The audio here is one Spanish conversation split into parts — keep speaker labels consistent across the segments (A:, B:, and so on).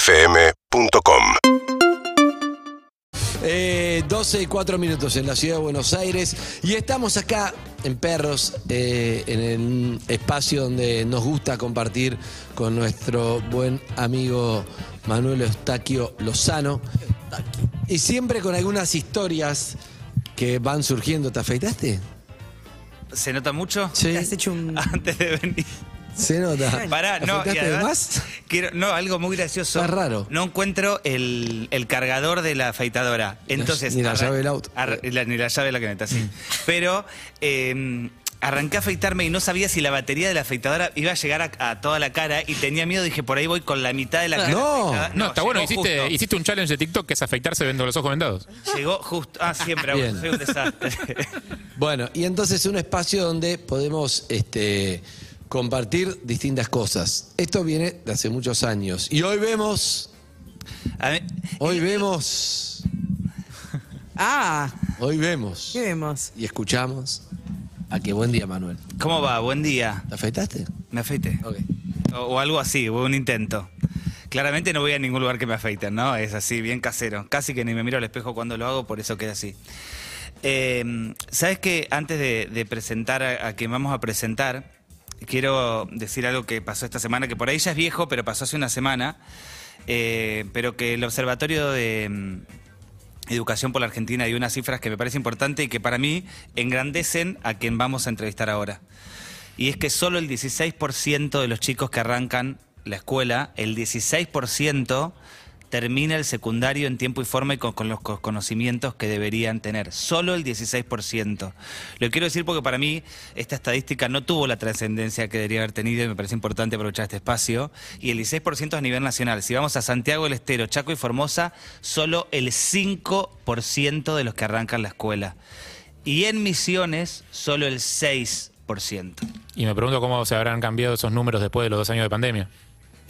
A: UrbanaPlayFM.com
B: Eh, 12 y 4 minutos en la ciudad de Buenos Aires y estamos acá en Perros, eh, en el espacio donde nos gusta compartir con nuestro buen amigo Manuel Eustaquio Lozano. Y siempre con algunas historias que van surgiendo. ¿Te afeitaste?
C: ¿Se nota mucho?
B: Sí.
D: Has hecho un.
C: Antes de venir.
B: Se nota.
C: Pará,
B: ¿Te
C: no, y
B: afeitaste de
C: además,
B: más?
C: quiero- no, algo muy gracioso.
B: Está raro.
C: No encuentro el, el cargador de la afeitadora. Entonces.
B: ni la
C: arran-
B: llave del auto. Mm.
C: arra- la- ni la llave de la camioneta, sí. Pero eh, arranqué a afeitarme y no sabía si la batería de la afeitadora iba a llegar a, a toda la cara y tenía miedo. Dije, por ahí voy con la mitad de la cara.
B: No.
C: afeitada.
E: No, está bueno,
C: llegó
E: hiciste,
C: justo.
E: hiciste un challenge de TikTok que es afeitarse viendo los ojos vendados.
C: Llegó justo. Ah, siempre, hago-
B: Bien.
C: soy un desastre.
B: Bueno, y entonces un espacio donde podemos este, compartir distintas cosas. Esto viene de hace muchos años. Y hoy vemos,
C: A mí-
B: hoy vemos,
D: Ah,
B: hoy vemos.
D: ¿qué vemos?
B: Y escuchamos a que buen día, Manuel.
C: ¿Cómo va? Buen día.
B: ¿Te afeitaste?
C: Me afeité.
B: Ok.
C: O, o algo así, o un intento. Claramente no voy a ningún lugar que me afeiten, ¿no? Es así, bien casero. Casi que ni me miro al espejo cuando lo hago, por eso queda así. Eh, ¿Sabes que Antes de, de presentar a, a quien vamos a presentar, quiero decir algo que pasó esta semana, que por ahí ya es viejo, pero pasó hace una semana, eh, pero que el Observatorio de mm, Educación por la Argentina dio unas cifras que me parece importante y que para mí engrandecen a quien vamos a entrevistar ahora. Y es que solo el 16% de los chicos que arrancan la escuela, el 16% termina el secundario en tiempo y forma y con, con los co- conocimientos que deberían tener. Solo el 16%. Lo quiero decir porque para mí esta estadística no tuvo la trascendencia que debería haber tenido y me parece importante aprovechar este espacio. Y el 16% es a nivel nacional. Si vamos a Santiago del Estero, Chaco y Formosa, solo el 5% de los que arrancan la escuela. Y en Misiones, solo el 6%.
E: Y me pregunto cómo se habrán cambiado esos números después de los dos años de pandemia.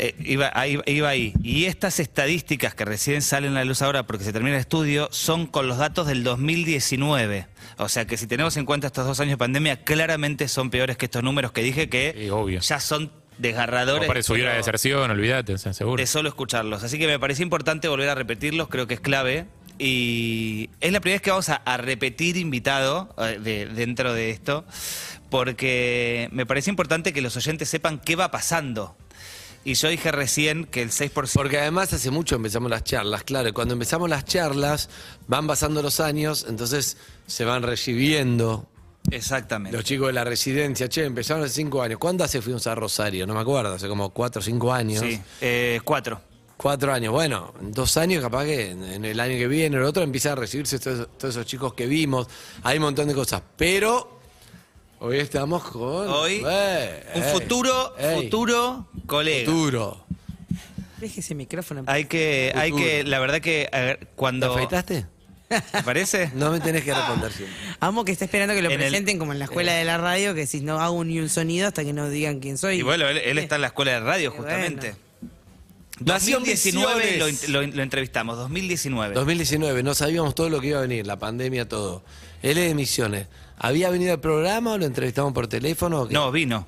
C: Eh, iba, ahí, iba ahí. Y estas estadísticas que recién salen a la luz ahora porque se termina el estudio son con los datos del 2019. O sea que si tenemos en cuenta estos dos años de pandemia, claramente son peores que estos números que dije que
E: Sí, obvio.
C: ya son
E: Como
C: desgarradores.
E: para subir la
C: pero-
E: deserción, olvídate, o sea, seguro.
C: de solo escucharlos. Así que me parece importante volver a repetirlos, creo que es clave. Y es la primera vez que vamos a, a repetir invitado eh, de- dentro de esto, porque me parece importante que los oyentes sepan qué va pasando. Y yo dije recién que el 6%...
B: Porque además hace mucho empezamos las charlas, claro. y Cuando empezamos las charlas, van pasando los años, entonces se van recibiendo
C: Exactamente.
B: los chicos de la residencia. Che, empezaron hace cinco años. ¿Cuándo hace fuimos a Rosario? No me acuerdo, hace como cuatro o cinco años.
C: Sí, eh, cuatro.
B: Cuatro años, bueno, en dos años capaz que en- en el año que viene o el otro empiezan a recibirse todos, todos esos chicos que vimos, hay un montón de cosas, pero hoy estamos con...
C: Hoy,
B: Ey,
C: un
B: ey,
C: futuro,
B: ey,
C: futuro colega.
B: Futuro.
D: Deje ese micrófono. en paz.
C: Hay que, hay que, la verdad que a ver,
B: ¿Te
C: cuando...
B: afeitaste?
C: ¿Te parece?
B: No me tenés que responder siempre.
D: Amo que está esperando que lo
C: En el-
D: presenten como en la
F: eh.
D: escuela de la radio, que si no hago ni un sonido hasta que no digan quién soy.
C: Y bueno, él, él está en la escuela de radio,
D: Qué
C: justamente.
B: Nació
C: 2019 lo,
B: Misiones.
C: lo- lo entrevistamos, 2019.
B: 2019, no sabíamos todo lo que iba a venir, la pandemia, todo. Él es de Misiones. ¿Había venido al programa o lo entrevistamos por teléfono? o qué?
C: No, vino.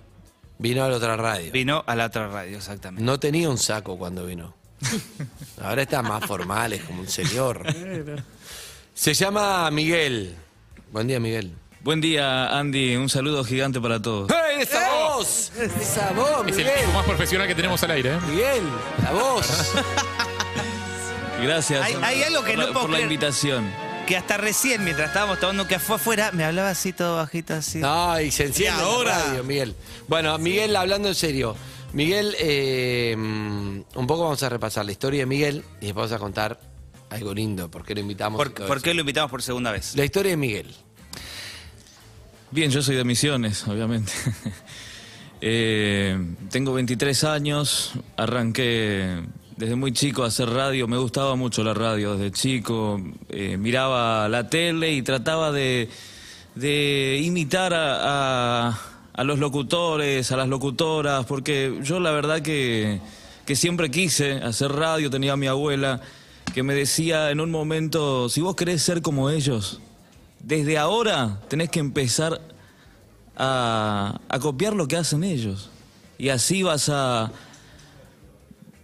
B: Vino a la otra radio.
C: Vino a la otra radio, exactamente.
B: No tenía un saco cuando vino. Ahora está más formal, es como un señor. Se llama Miguel. Buen día, Miguel.
F: Buen día, Andy. Un saludo gigante para todos.
B: ¡Hey, esa voz! ¡Esa voz,
E: Es el
B: Miguel!
E: tipo más profesional que tenemos al aire, ¿eh?
B: Miguel, la voz.
F: Gracias
C: Hay- hay algo que
F: por,
C: no
F: la-
C: puedo
F: por la
C: creer.
F: invitación.
C: Que hasta recién, mientras estábamos tomando un café afuera, me hablaba así todo bajito, así.
B: Ay, se enciende
C: Y ahora.
B: la radio, Miguel. Bueno, Miguel, hablando en serio. Miguel, eh, mm, un poco vamos a repasar la historia de Miguel y después vamos a contar algo lindo, por qué lo invitamos. y
C: ¿Por,
B: todo
C: por
B: eso.
C: qué lo invitamos por segunda vez?
B: La historia de Miguel.
F: Bien, yo soy de Misiones, obviamente. Eh, tengo 23 años. Arranqué desde muy chico a hacer radio. Me gustaba mucho la radio desde chico. Eh, miraba la tele y trataba de, de imitar a, a- a los locutores, a las locutoras, porque yo la verdad que, que siempre quise hacer radio. Tenía a mi abuela que me decía en un momento, si vos querés ser como ellos, desde ahora tenés que empezar a, a copiar lo que hacen ellos. Y así vas a,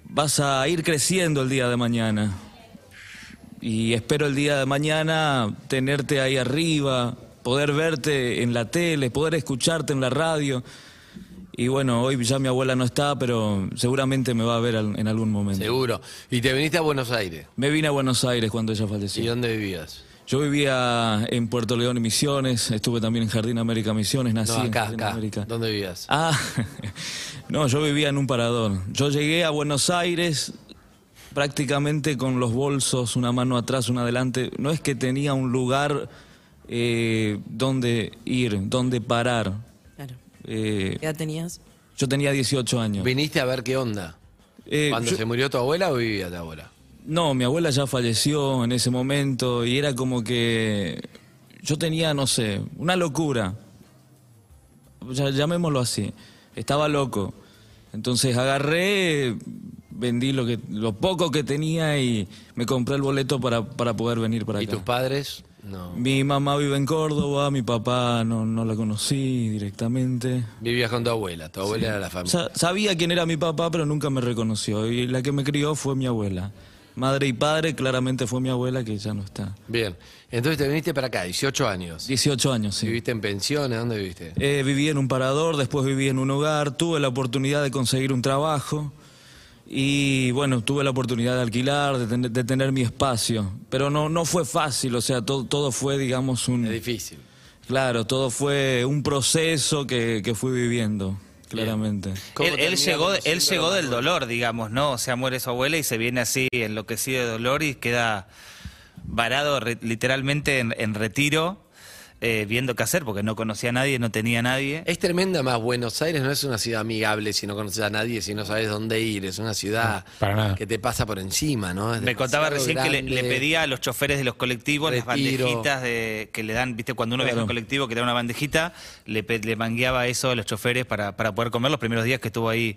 F: vas a ir creciendo el día de mañana. Y espero el día de mañana tenerte ahí arriba, poder verte en la tele, poder escucharte en la radio. Y bueno, hoy ya mi abuela no está, pero seguramente me va a ver al- en algún momento.
B: Seguro. Y te viniste a Buenos Aires.
F: Me vine a Buenos Aires cuando ella falleció.
B: ¿Y dónde vivías?
F: Yo vivía en Puerto León y Misiones, estuve también en Jardín América Misiones, nací
B: No,
F: en
B: acá,
F: Jardín
B: acá.
F: América.
B: ¿Dónde vivías?
F: Ah, no, yo vivía en un parador. Yo llegué a Buenos Aires prácticamente con los bolsos, una mano atrás, una adelante. No es que tenía un lugar eh, donde ir, donde parar.
D: Claro.
F: Eh,
D: ¿Qué edad tenías?
F: yo tenía 18 años.
B: ¿Viniste a ver qué onda?
F: Eh,
B: ¿Cuando
F: yo-
B: se murió tu abuela o vivía tu abuela?
F: No, mi abuela ya falleció en ese momento y era como que yo tenía, no sé, una locura. Ya- llamémoslo así. Estaba loco. Entonces agarré, vendí lo que lo poco que tenía y me compré el boleto para, para poder venir para
B: ¿Y
F: acá.
B: tus padres? No.
F: Mi mamá vive en Córdoba, mi papá no, no la conocí directamente.
B: Vivías con tu abuela. Tu abuela era la familia.
F: Sa- sabía quién era mi papá, pero nunca me reconoció. Y la que me crió fue mi abuela. Madre y padre, claramente fue mi abuela, que ya no está.
B: Bien. Entonces te viniste para acá, 18 años.
F: 18 años, sí.
B: ¿Viviste en pensiones? ¿Dónde viviste?
F: Eh, viví en un parador, después viví en un hogar, tuve la oportunidad de conseguir un trabajo y bueno, tuve la oportunidad de alquilar, de tener, de tener mi espacio. Pero no, no fue fácil, o sea, todo, todo fue, digamos,
B: Es
F: un...
B: difícil.
F: Claro, todo fue un proceso que, que fui viviendo, claramente.
B: ¿Cómo
C: Él, él
B: terminás
C: llegó, él
B: conociendo
C: llegó
B: la
C: del
B: abuela?
C: dolor, digamos, ¿no? O sea, muere su abuela y se viene así enloquecido de dolor y queda varado re- literalmente en, en retiro, eh, viendo qué hacer, porque no conocía a nadie, no tenía a nadie.
B: Es tremenda más. Buenos Aires no es una ciudad amigable si no conoces a nadie, si no sabes dónde ir. Es una ciudad
E: para nada.
B: que te pasa por encima, ¿no? Es
C: Me contaba
B: demasiado
C: recién que le- le,
B: grande.
C: pedía a los choferes de los colectivos las
B: Retiro.
C: bandejitas de- que le dan, viste, cuando uno viaja en
F: Claro.
C: colectivo que te dan una bandejita, le, pe- le mangueaba eso a los choferes para, para poder comer los primeros días que estuvo ahí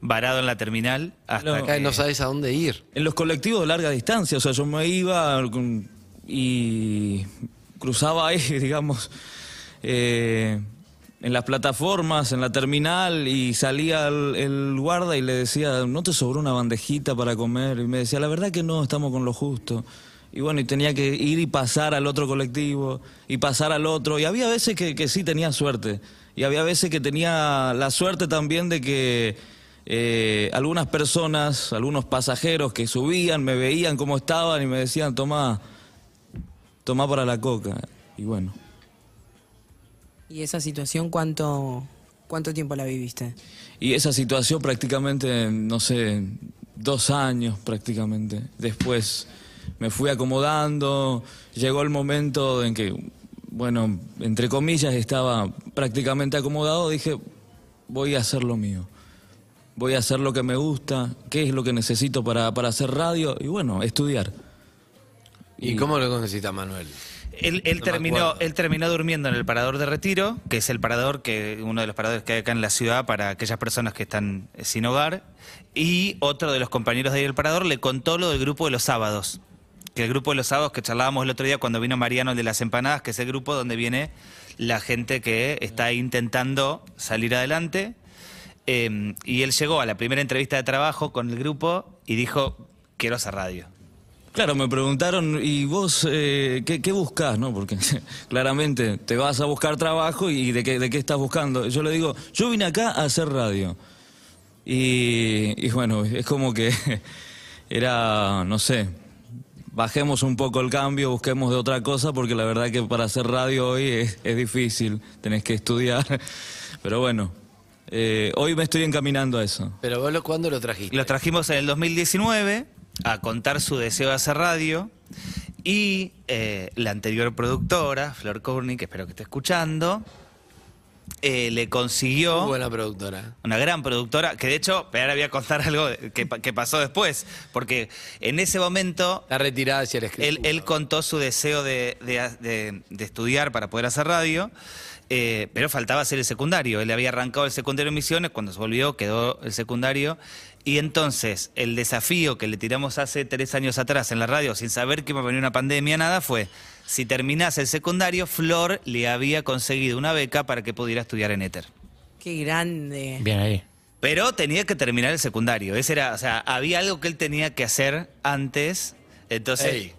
C: varado en la terminal. Hasta
B: Acá
C: que-
B: no sabes a dónde ir.
F: En los colectivos de larga distancia, o sea, yo me iba con- y cruzaba ahí, digamos, eh, en las plataformas, en la terminal, y salía el, el guarda y le decía, ¿no te sobró una bandejita para comer? Y me decía, la verdad que no, estamos con lo justo. Y bueno, y tenía que ir y pasar al otro colectivo, y pasar al otro. Y había veces que, que sí tenía suerte. Y había veces que tenía la suerte también de que eh, algunas personas, algunos pasajeros que subían, me veían cómo estaban y me decían, toma, toma para la coca. Y bueno,
D: ¿Y esa situación cuánto, cuánto tiempo la viviste?
F: y esa situación prácticamente, no sé, dos años prácticamente. Después me fui acomodando, llegó el momento en que, bueno, entre comillas, estaba prácticamente acomodado, dije, voy a hacer lo mío. Voy a hacer lo que me gusta, qué es lo que necesito para, para hacer radio y bueno, estudiar.
B: ¿Y, cómo lo conociste a Manuel?
C: Él, él
B: No me
C: terminó,
B: acuerdo.
C: él terminó durmiendo en el parador de retiro, que es el parador que uno de los paradores que hay acá en la ciudad para aquellas personas que están eh, sin hogar. Y otro de los compañeros de ahí del parador le contó lo del grupo de los sábados. Que el grupo de los sábados que charlábamos el otro día cuando vino Mariano el de las empanadas, que es el grupo donde viene la gente que está intentando salir adelante. Eh, y él llegó a la primera entrevista de trabajo con el grupo y dijo, quiero hacer radio.
F: Claro, me preguntaron, ¿y vos eh, qué, qué buscás? No? Porque claramente te vas a buscar trabajo y ¿de qué, de qué estás buscando. Yo le digo, yo vine acá a hacer radio. Y, y bueno, es como que era, no sé, bajemos un poco el cambio, busquemos de otra cosa, porque la verdad que para hacer radio hoy es, es difícil, tenés que estudiar. Pero bueno, eh, hoy me estoy encaminando a eso.
B: Pero vos lo, ¿cuándo lo trajiste?
C: Los trajimos en el 2019 a contar su deseo de hacer radio y eh, la anterior productora, Flor Courtney, que espero que esté escuchando, eh, le
B: Muy
C: consiguió
B: buena productora.
C: una gran productora, que de hecho, pero ahora voy a contar algo de- que, pa- que pasó después, porque en ese momento
B: Está retirada hacia la escritura.
C: él, él contó su deseo de, de- de- de estudiar para poder hacer radio, eh, pero faltaba hacer el secundario. Él había arrancado el secundario en Misiones, cuando se volvió quedó el secundario. Y entonces el desafío que le tiramos hace tres años atrás en la radio, sin saber que iba a venir una pandemia, nada, fue, si terminás el secundario, Flor le había conseguido una beca para que pudiera estudiar en Éter.
D: Qué grande.
E: Bien ahí.
C: Pero tenía que terminar el secundario. Ese era, o sea, había algo que él tenía que hacer antes. Entonces,
B: Ey,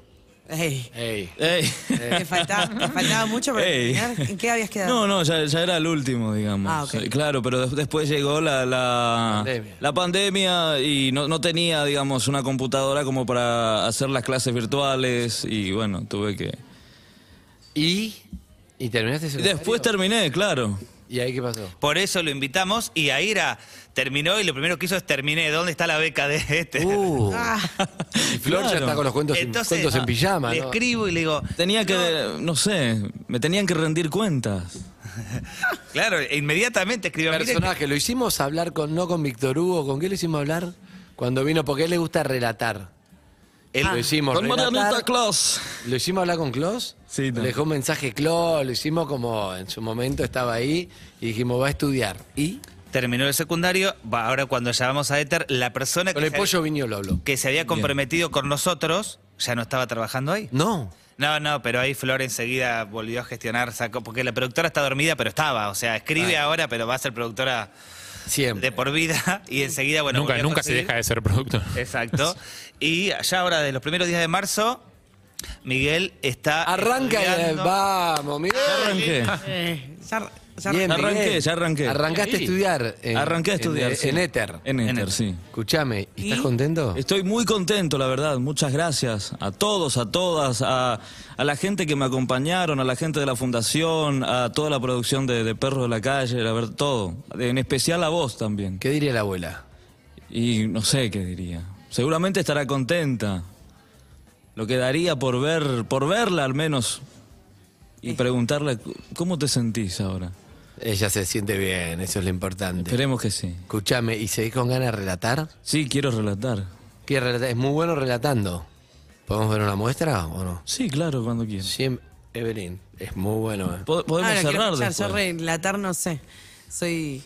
D: Ey,
B: ey.
F: Ey.
D: te, faltaba, te faltaba mucho para
F: Eh. Ey.
D: terminar. ¿En qué habías quedado?
F: No, no, ya, ya era el último, digamos.
D: Ah, ok.
F: Claro, pero des- después llegó la, la,
B: Pandemia.
F: la pandemia y no, no tenía, digamos, una computadora como para hacer las clases virtuales y bueno, tuve que...
B: ¿Y? ¿Y terminaste
F: Y
B: ese
F: Después terminé, claro.
B: ¿Y ahí qué pasó?
C: por eso lo invitamos. Y ahí era, terminó y lo primero que hizo es terminé. ¿Dónde está la beca de este?
B: Uh,
D: Ah,
B: y Flor ya
F: claro.
B: está con los cuentos, en-
C: Entonces,
B: cuentos en pijama.
C: le
B: ¿no?
C: escribo y le digo,
F: Tenía que, no. sé, me tenían que rendir cuentas.
C: claro, e inmediatamente escribió. "Mire
B: Personaje, lo hicimos hablar con, no con Víctor Hugo, ¿con qué lo hicimos hablar? Cuando vino, porque a él le gusta relatar.
C: que el-
B: Ah, lo hicimos
F: Con Marianita
B: relatar.
F: Claus.
B: ¿Lo hicimos hablar con Klaus?
F: Sí,
B: Le
F: no.
B: dejó un mensaje Klaus, lo hicimos como en su momento estaba ahí y dijimos, va a estudiar. ¿Y?
C: Terminó el secundario, va, ahora cuando llamamos a Éter, la persona
B: Con
C: que
B: el
C: se, había,
B: pollo viñolo habló.
C: que se había comprometido con nosotros ya no estaba trabajando ahí.
B: No.
C: No, no, pero ahí Flor enseguida volvió a gestionar, sacó, porque la productora está dormida, pero estaba, o sea, escribe ahora, pero va a ser productora
B: Siempre.
C: de por vida y enseguida, bueno,
E: nunca
C: volvió a
E: nunca se
C: conseguir. Eh.
E: deja de ser producto.
C: Exacto. Y ya ahora, de los primeros días de marzo, Miguel está.
B: Arranca y
C: estudiando.
B: vamos, Miguel.
F: Arranqué.
D: eh, ya, ya-
B: Bien,
F: Arranqué,
B: Miguel.
F: ya arranqué.
B: Arrancaste a estudiar. en-
F: Arranqué a
B: en-
F: estudiar.
B: En,
F: sí.
B: Éter.
F: En
C: En
F: Éter,
C: Éter.
F: sí.
B: Escuchame, ¿estás
D: ¿Y?
B: contento?
F: Estoy muy contento, la verdad. Muchas gracias a todos, a todas, a, a la gente que me acompañaron, a la gente de la fundación, a toda la producción de, de Perros de la Calle, la verdad, todo. En especial a vos también.
B: ¿Qué diría la abuela?
F: Y no sé qué diría. Seguramente estará contenta. Lo que daría por ver, por verla al menos. Y preguntarle, ¿cómo te sentís ahora?
B: Ella se siente bien, eso es lo importante.
F: Esperemos que sí.
B: Escuchame, ¿y seguís con ganas de relatar?
F: Sí, quiero relatar.
B: ¿Qué relatar? Es muy bueno relatando. ¿Podemos ver una muestra o no?
F: Sí, claro, cuando quieras.
B: Siempre, Evelyn, es muy bueno. eh.
F: Po-
D: ahora
F: podemos
D: Ah, quiero
F: cerrar
D: escuchar,
F: después.
D: Yo relatar no sé. Soy...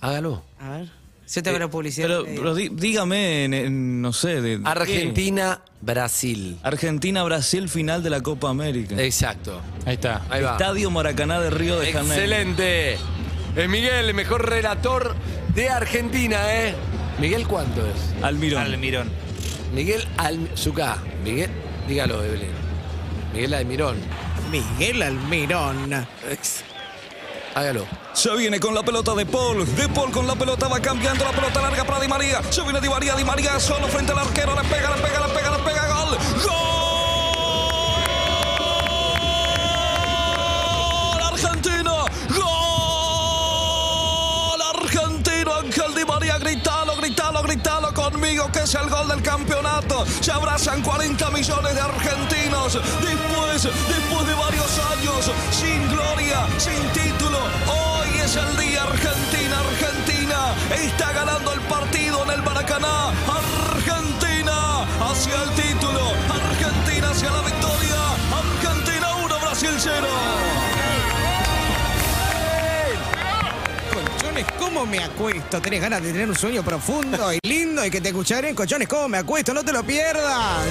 B: Hágalo.
D: A ver. Yo tengo la publicidad.
F: Eh,
D: eh.
F: Pero,
D: que le-
F: pero di- dígame, en- en, no sé, de, de-
B: Argentina, Brasil.
F: Argentina-Brasil final de la Copa América.
B: Exacto.
E: Ahí está.
B: Ahí va.
F: Estadio Maracaná de Río de Janeiro.
B: Excelente. Eh, Miguel, el mejor relator de Argentina, ¿eh? Miguel, ¿cuánto es?
F: Almirón.
C: Almirón.
B: Miguel Alzucá. Miguel, dígalo, Evelyn. Miguel Almirón.
G: Miguel Almirón.
B: Hágalo.
F: Ya viene con la pelota de Paul. De Paul con la pelota va cambiando la pelota larga para Di María. Se viene Di María, Di María solo frente al arquero. Le pega, le pega, le pega, le pega. Gol. ¡Gol! Argentina. Gol. Argentino. Ángel Di María. Gritalo, gritalo, gritalo conmigo que es el gol del campeonato. Se abrazan 40 millones de argentinos. Después, después de varios años, sin gloria, sin título. Hoy es el día Argentina, Argentina. Está ganando el partido en el Maracaná. Argentina hacia el título. Argentina hacia la victoria. Argentina 1, Brasil 0.
G: Colchones, ¿cómo me acuesto? Tenés ganas de tener un sueño profundo y lindo y que te escucharen. Colchones, ¿cómo me acuesto? No te lo pierdas.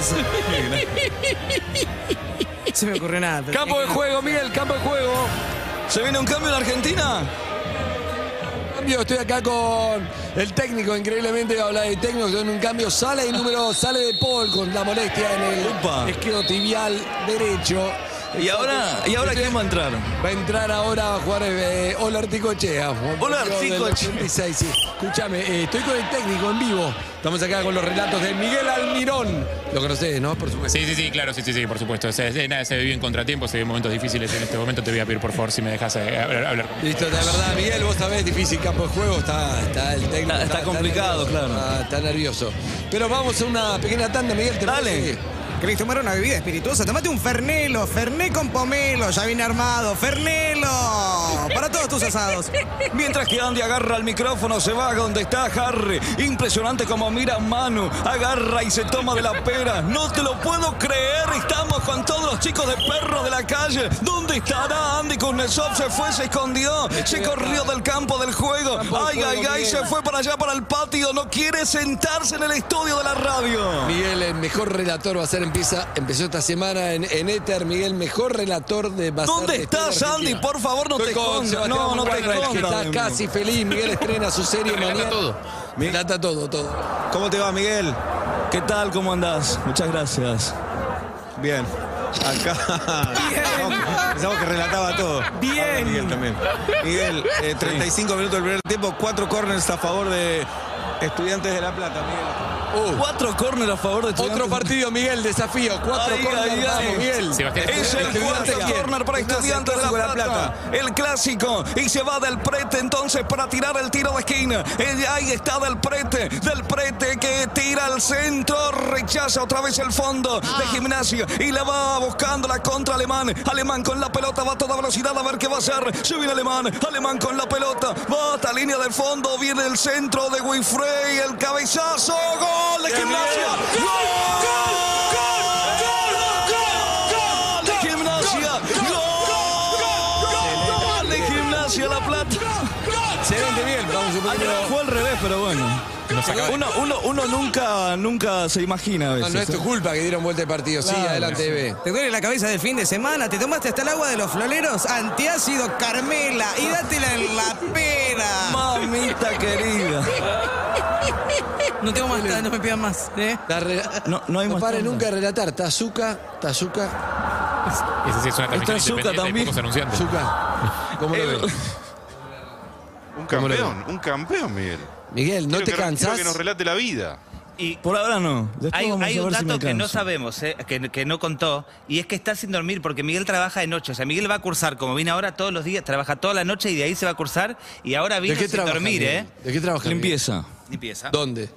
D: No se me ocurre nada. pero-
B: Campo de juego, Miguel, campo de juego.
F: ¿Se viene un cambio en Argentina?
B: Cambio, estoy acá con el técnico, increíblemente va a hablar de técnico, en un cambio sale el número, sale de Paul con la molestia en el
F: Upa.
B: izquierdo tibial derecho.
F: ¿Y ahora, ¿y ahora quién va a entrar?
B: Va a entrar ahora a jugar eh, Ola Articochea.
F: Ola Articochea.
B: Escúchame, eh, estoy con el técnico en vivo. Estamos acá con los relatos de Miguel Almirón. Lo conocés, ¿no? Por supuesto.
E: Sí, sí, sí, claro, sí, sí, sí, por supuesto. Se, se- nada, se vive en contratiempo, se viven momentos difíciles en este momento. Te voy a pedir, por favor, si me dejas eh, hablar, hablar conmigo.
B: Listo, de verdad, Miguel, vos sabés, difícil campo de juego, está, está el técnico.
F: Está- está complicado,
B: nervioso,
F: claro.
B: Está, está nervioso. Pero vamos a una pequeña tanda, Miguel, ¿te
F: Dale.
B: parece?
G: ¿Querés tomar una bebida espirituosa? Tomate un Fernelo. Ferné con pomelo. Ya viene armado. Fernelo. Para todos tus asados.
F: Mientras que Andy agarra el micrófono, se va a donde está Harry. Impresionante como mira a Manu. Agarra y se toma de la pera. No te lo puedo creer. Estamos con todos los chicos de perros de la calle. ¿Dónde estará Andy Kuznetsov? Se fue, se escondió. Se corrió del campo del juego. Ay, ay, ay. Se fue para allá, para el patio. No quiere sentarse en el estudio de la radio.
B: Miguel, el mejor relator va a ser en empieza, empezó esta semana en, en Éter, Miguel, mejor relator de Bazar
F: ¿Dónde
B: de
F: estás,
B: Estrella
F: Andy?
B: Argentina.
F: Por favor, no
B: Estoy
F: te
B: con
F: escondas.
B: Sebastián
F: No, no te
B: Monreal, que
F: escondas,
B: Está
F: amigo.
B: casi feliz. Miguel estrena su serie mañana.
E: todo.
B: Relata todo, todo.
F: ¿Cómo te va, Miguel?
H: ¿Qué tal? ¿Cómo andás? Muchas gracias.
F: Bien. Acá. Pensamos que relataba todo.
C: Bien.
F: Habla Miguel también. Miguel, eh, 35 minutos del primer tiempo, cuatro corners a favor de Estudiantes de La Plata, Miguel.
B: Uh,
F: Cuatro corners a favor de
B: otro partido, Miguel, desafío. Cuatro
F: Ay,
B: corners,
F: ay, ay.
B: vamos, Miguel.
E: Sebastián,
F: Es el
B: Estudiantes
F: cuarto
B: quién?
F: corner para
B: Ignacio,
F: Estudiantes de la
B: clásico
F: Plata, El clásico. Y se va del prete entonces para tirar el tiro de esquina. Eh, Ahí está del prete. Del prete que tira al centro. Rechaza otra vez el fondo de gimnasia. Y la va buscando la contra Alemán. Alemán con la pelota va a toda velocidad a ver qué va a hacer. Se viene Alemán. Alemán con la pelota. Va hasta línea del fondo. Viene el centro de Winfrey. El cabezazo. Gol de gimnasia. ¡Gol! ¡Gol! ¡Gol! ¡Gol! ¡Gol! ¡Gol! Gimnasia. ¡Gol! De Gimnasia La Plata.
B: Excelente, bien. Vamos un poquito.
F: Fue al revés, pero bueno. Uno, uno, uno nunca, nunca se imagina a
B: No,
F: veces. ¿eh?
B: no es tu culpa que dieron vuelta de partido. Sí, adelante, ve.
D: ¿Te duele la cabeza del fin de semana? ¿Te tomaste hasta el agua de los floreros? Antiácido Carmela y dátela en la pera.
F: Mamita querida.
I: No tengo más, no me pidan más. ¿eh?
B: La re-
F: No, no hay más
B: pare
F: tanto.
B: nunca de relatar. Tazuka, Tazuka,
E: Esa sí es una transmisión
F: Azúcar
E: independiente, hay
F: también.
E: pocos anunciantes.
B: Zuka. ¿Cómo lo
J: El-
B: ves?
J: Un
B: ¿Cómo le va?
J: campeón, un campeón, Miguel.
B: Miguel, ¿no
J: Quiero
B: te
J: que-
B: cansás?
J: quiero que nos relate la vida.
C: Y
F: Por ahora no. Después
C: hay,
F: vamos
C: hay
F: a
C: un
F: ver si me
C: dato que no
F: canso.
C: sabemos, eh, que, que no contó, y es que está sin dormir porque Miguel trabaja de noche. O sea, Miguel va a cursar, como viene ahora todos los días, trabaja toda la noche y de ahí se va a cursar. Y ahora
B: ¿De
C: vino
B: qué
C: sin
B: trabajas?
C: dormir,
B: Miguel?
C: ¿eh?
B: ¿De qué trabajas?
H: Limpieza.
C: Empieza.
B: Miguel? ¿Dónde?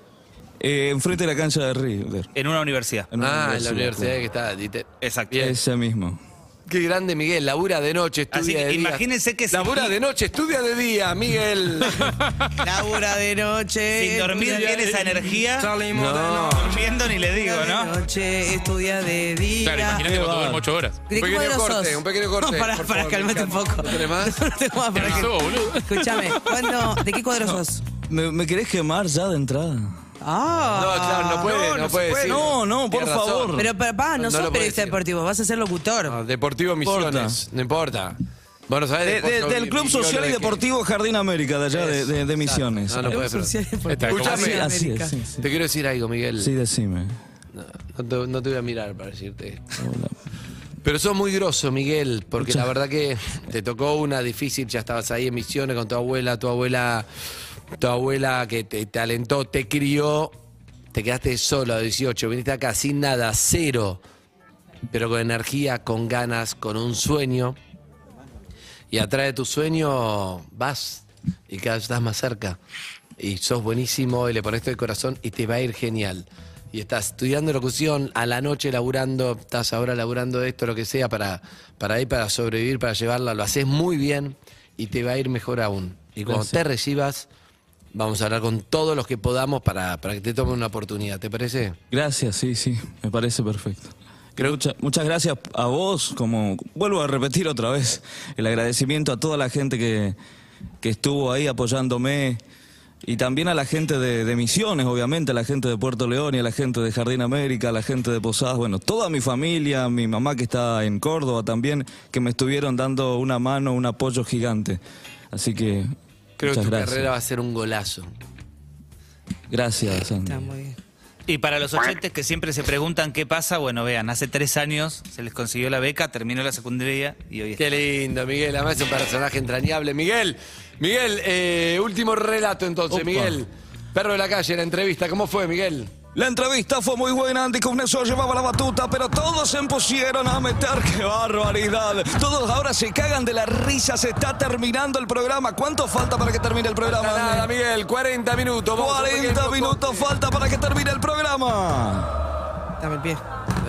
F: Eh, enfrente de la cancha de River.
C: En una universidad.
B: Ah, en la universidad que está. dite-
C: Exacto.
B: Bien.
H: Ese mismo.
B: Qué grande, Miguel. Labura de noche, estudia
C: Así que
B: de día.
C: imagínense que si-
B: Labura de noche, estudia de día, Miguel.
D: Laura de noche.
C: Sin dormir
D: estudia
C: tiene esa
D: de-
C: energía.
D: Salimos de noche.
C: Durmiendo ni le digo,
D: Estudia de
C: ¿no?
D: noche, estudia de día.
E: Claro, imagínate cuando duermo 8 horas.
I: ¿De cómo de los
B: corte,
I: sos?
B: un pequeño corte,
I: No, para,
B: por
I: para,
B: favor,
I: calmate un
B: Ricardo.
I: poco.
B: ¿No tenés más?
I: No tengo más, para
E: Te
I: que-
E: avisó, boludo.
I: Escúchame, ¿cuándo- ¿de qué cuadro sos?
F: ¿Me, me querés quemar ya de entrada?
I: Ah.
B: No, claro, no puede, no, puede. decir.
F: No, no, por
B: Tiene razón.
F: favor.
I: Pero papá, no,
B: No, no lo
I: sos
B: puede
I: periodista
B: decir. Ah,
I: deportivo, vas a ser locutor.
B: No, Deportivo Misiones, no importa. Bueno, ¿sabés?
F: De- de-
B: Deportivo
F: del Club
B: Misiones
F: Social y
B: de que-
F: Deportivo Jardín América, de allá de, de- de Misiones.
B: No, no puede ser.
I: Social deportivo.
E: Está como-
B: Escuchame.
F: Así,
I: América.
F: así es, sí, sí.
B: Te quiero decir algo, Miguel.
F: Sí, decime.
B: No, no te, no te voy a mirar para decirte. esto. Pero sos muy grosso, Miguel, porque la verdad que te tocó una difícil, ya estabas ahí en misiones con tu abuela, tu abuela, tu abuela que te, te alentó, te crió, te quedaste solo a 18, viniste acá sin nada, cero, pero con energía, con ganas, con un sueño. Y atrás de tu sueño vas y cada vez estás más cerca. Y sos buenísimo y le pones todo el corazón y te va a ir genial. Y estás estudiando locución, a la noche laburando, estás ahora laburando esto, lo que sea, para, para ir, para sobrevivir, para llevarla. Lo haces muy bien y te va a ir mejor aún. Y cuando te recibas, vamos a hablar con todos los que podamos para, para que te tomen una oportunidad. ¿Te parece?
H: Gracias, sí, sí, me parece perfecto. Creo- mucha- muchas gracias a vos, como vuelvo a repetir otra vez, el agradecimiento a toda la gente que, que estuvo ahí apoyándome y también a la gente de, de Misiones, obviamente, a la gente de Puerto León y a la gente de Jardín América, a la gente de Posadas, bueno, toda mi familia, mi mamá que está en Córdoba también, que me estuvieron dando una mano, un apoyo gigante. Así que,
B: Creo
H: muchas
B: que tu
H: gracias.
B: carrera va a ser un golazo.
H: Gracias, Andy.
I: Está muy bien.
C: Y para los oyentes que siempre se preguntan qué pasa, bueno, vean, hace tres años se les consiguió la beca, terminó la secundaria y hoy está.
B: Qué lindo, Miguel. Además es un personaje entrañable. Miguel, Miguel, eh, último relato entonces,
H: Opa.
B: Miguel. Perro de la calle, la entrevista. ¿Cómo fue, Miguel?
F: La entrevista fue muy buena, Andy Cogneso llevaba la batuta, pero todos se impusieron a meter, qué barbaridad. Todos ahora se cagan de la risa, se está terminando el programa. ¿Cuánto falta para que termine el programa?
B: Nada,
F: Andy?
B: nada, Miguel. 40 minutos. Vamos a un
F: 40
B: pequeño
F: minutos
B: corte.
F: falta para que termine el programa.
I: Dame el pie.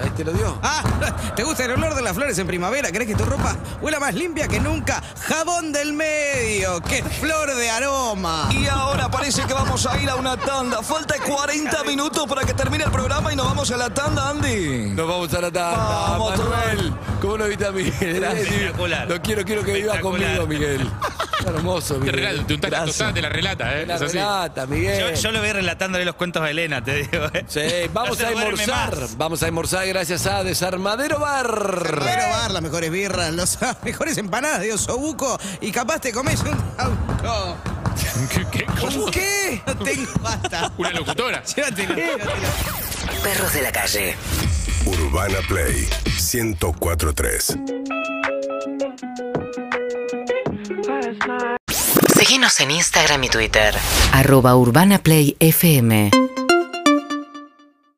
B: Ahí te lo dio.
D: Ah, ¿te gusta el olor de las flores en primavera? ¿Crees que tu ropa huela más limpia que nunca? Jabón del medio, qué flor de aroma.
F: Y ahora parece que vamos a ir a una tanda. Falta 40 minutos para que termine el programa y nos vamos a la tanda, Andy.
B: Nos vamos a la tanda.
F: Vamos,
B: Manuel,
F: Manuel.
B: ¿cómo
F: como no viste a Miguel. Era
C: Espectacular.
F: Lo quiero, quiero que viva
C: Espectacular.
F: conmigo, Miguel. Hermoso, Miguel.
E: Te regalo, te untaste
F: Gracias.
E: tostada, te la relata, ¿eh?
F: La
E: Es así.
F: relata, Miguel.
C: Yo, yo lo voy relatándole los cuentos a Elena, te digo. ¿eh?
F: Sí,
C: No
F: vamos
C: se
F: a
C: duerme
F: almorzar.
C: más.
F: Vamos a almorzar gracias a Desarmadero Bar.
D: Quiero bar, las mejores birras, los- las mejores empanadas de osobuco y capaz te comes un auto.
E: ¿Qué, qué cosa?
D: ¿Un qué? No tengo basta.
E: Una locutora.
D: Llévatelo, llévatelo.
K: Perros de la calle.
A: Urbana Play 1043.
K: Seguinos en Instagram y Twitter. Arroba Urbana Play FM.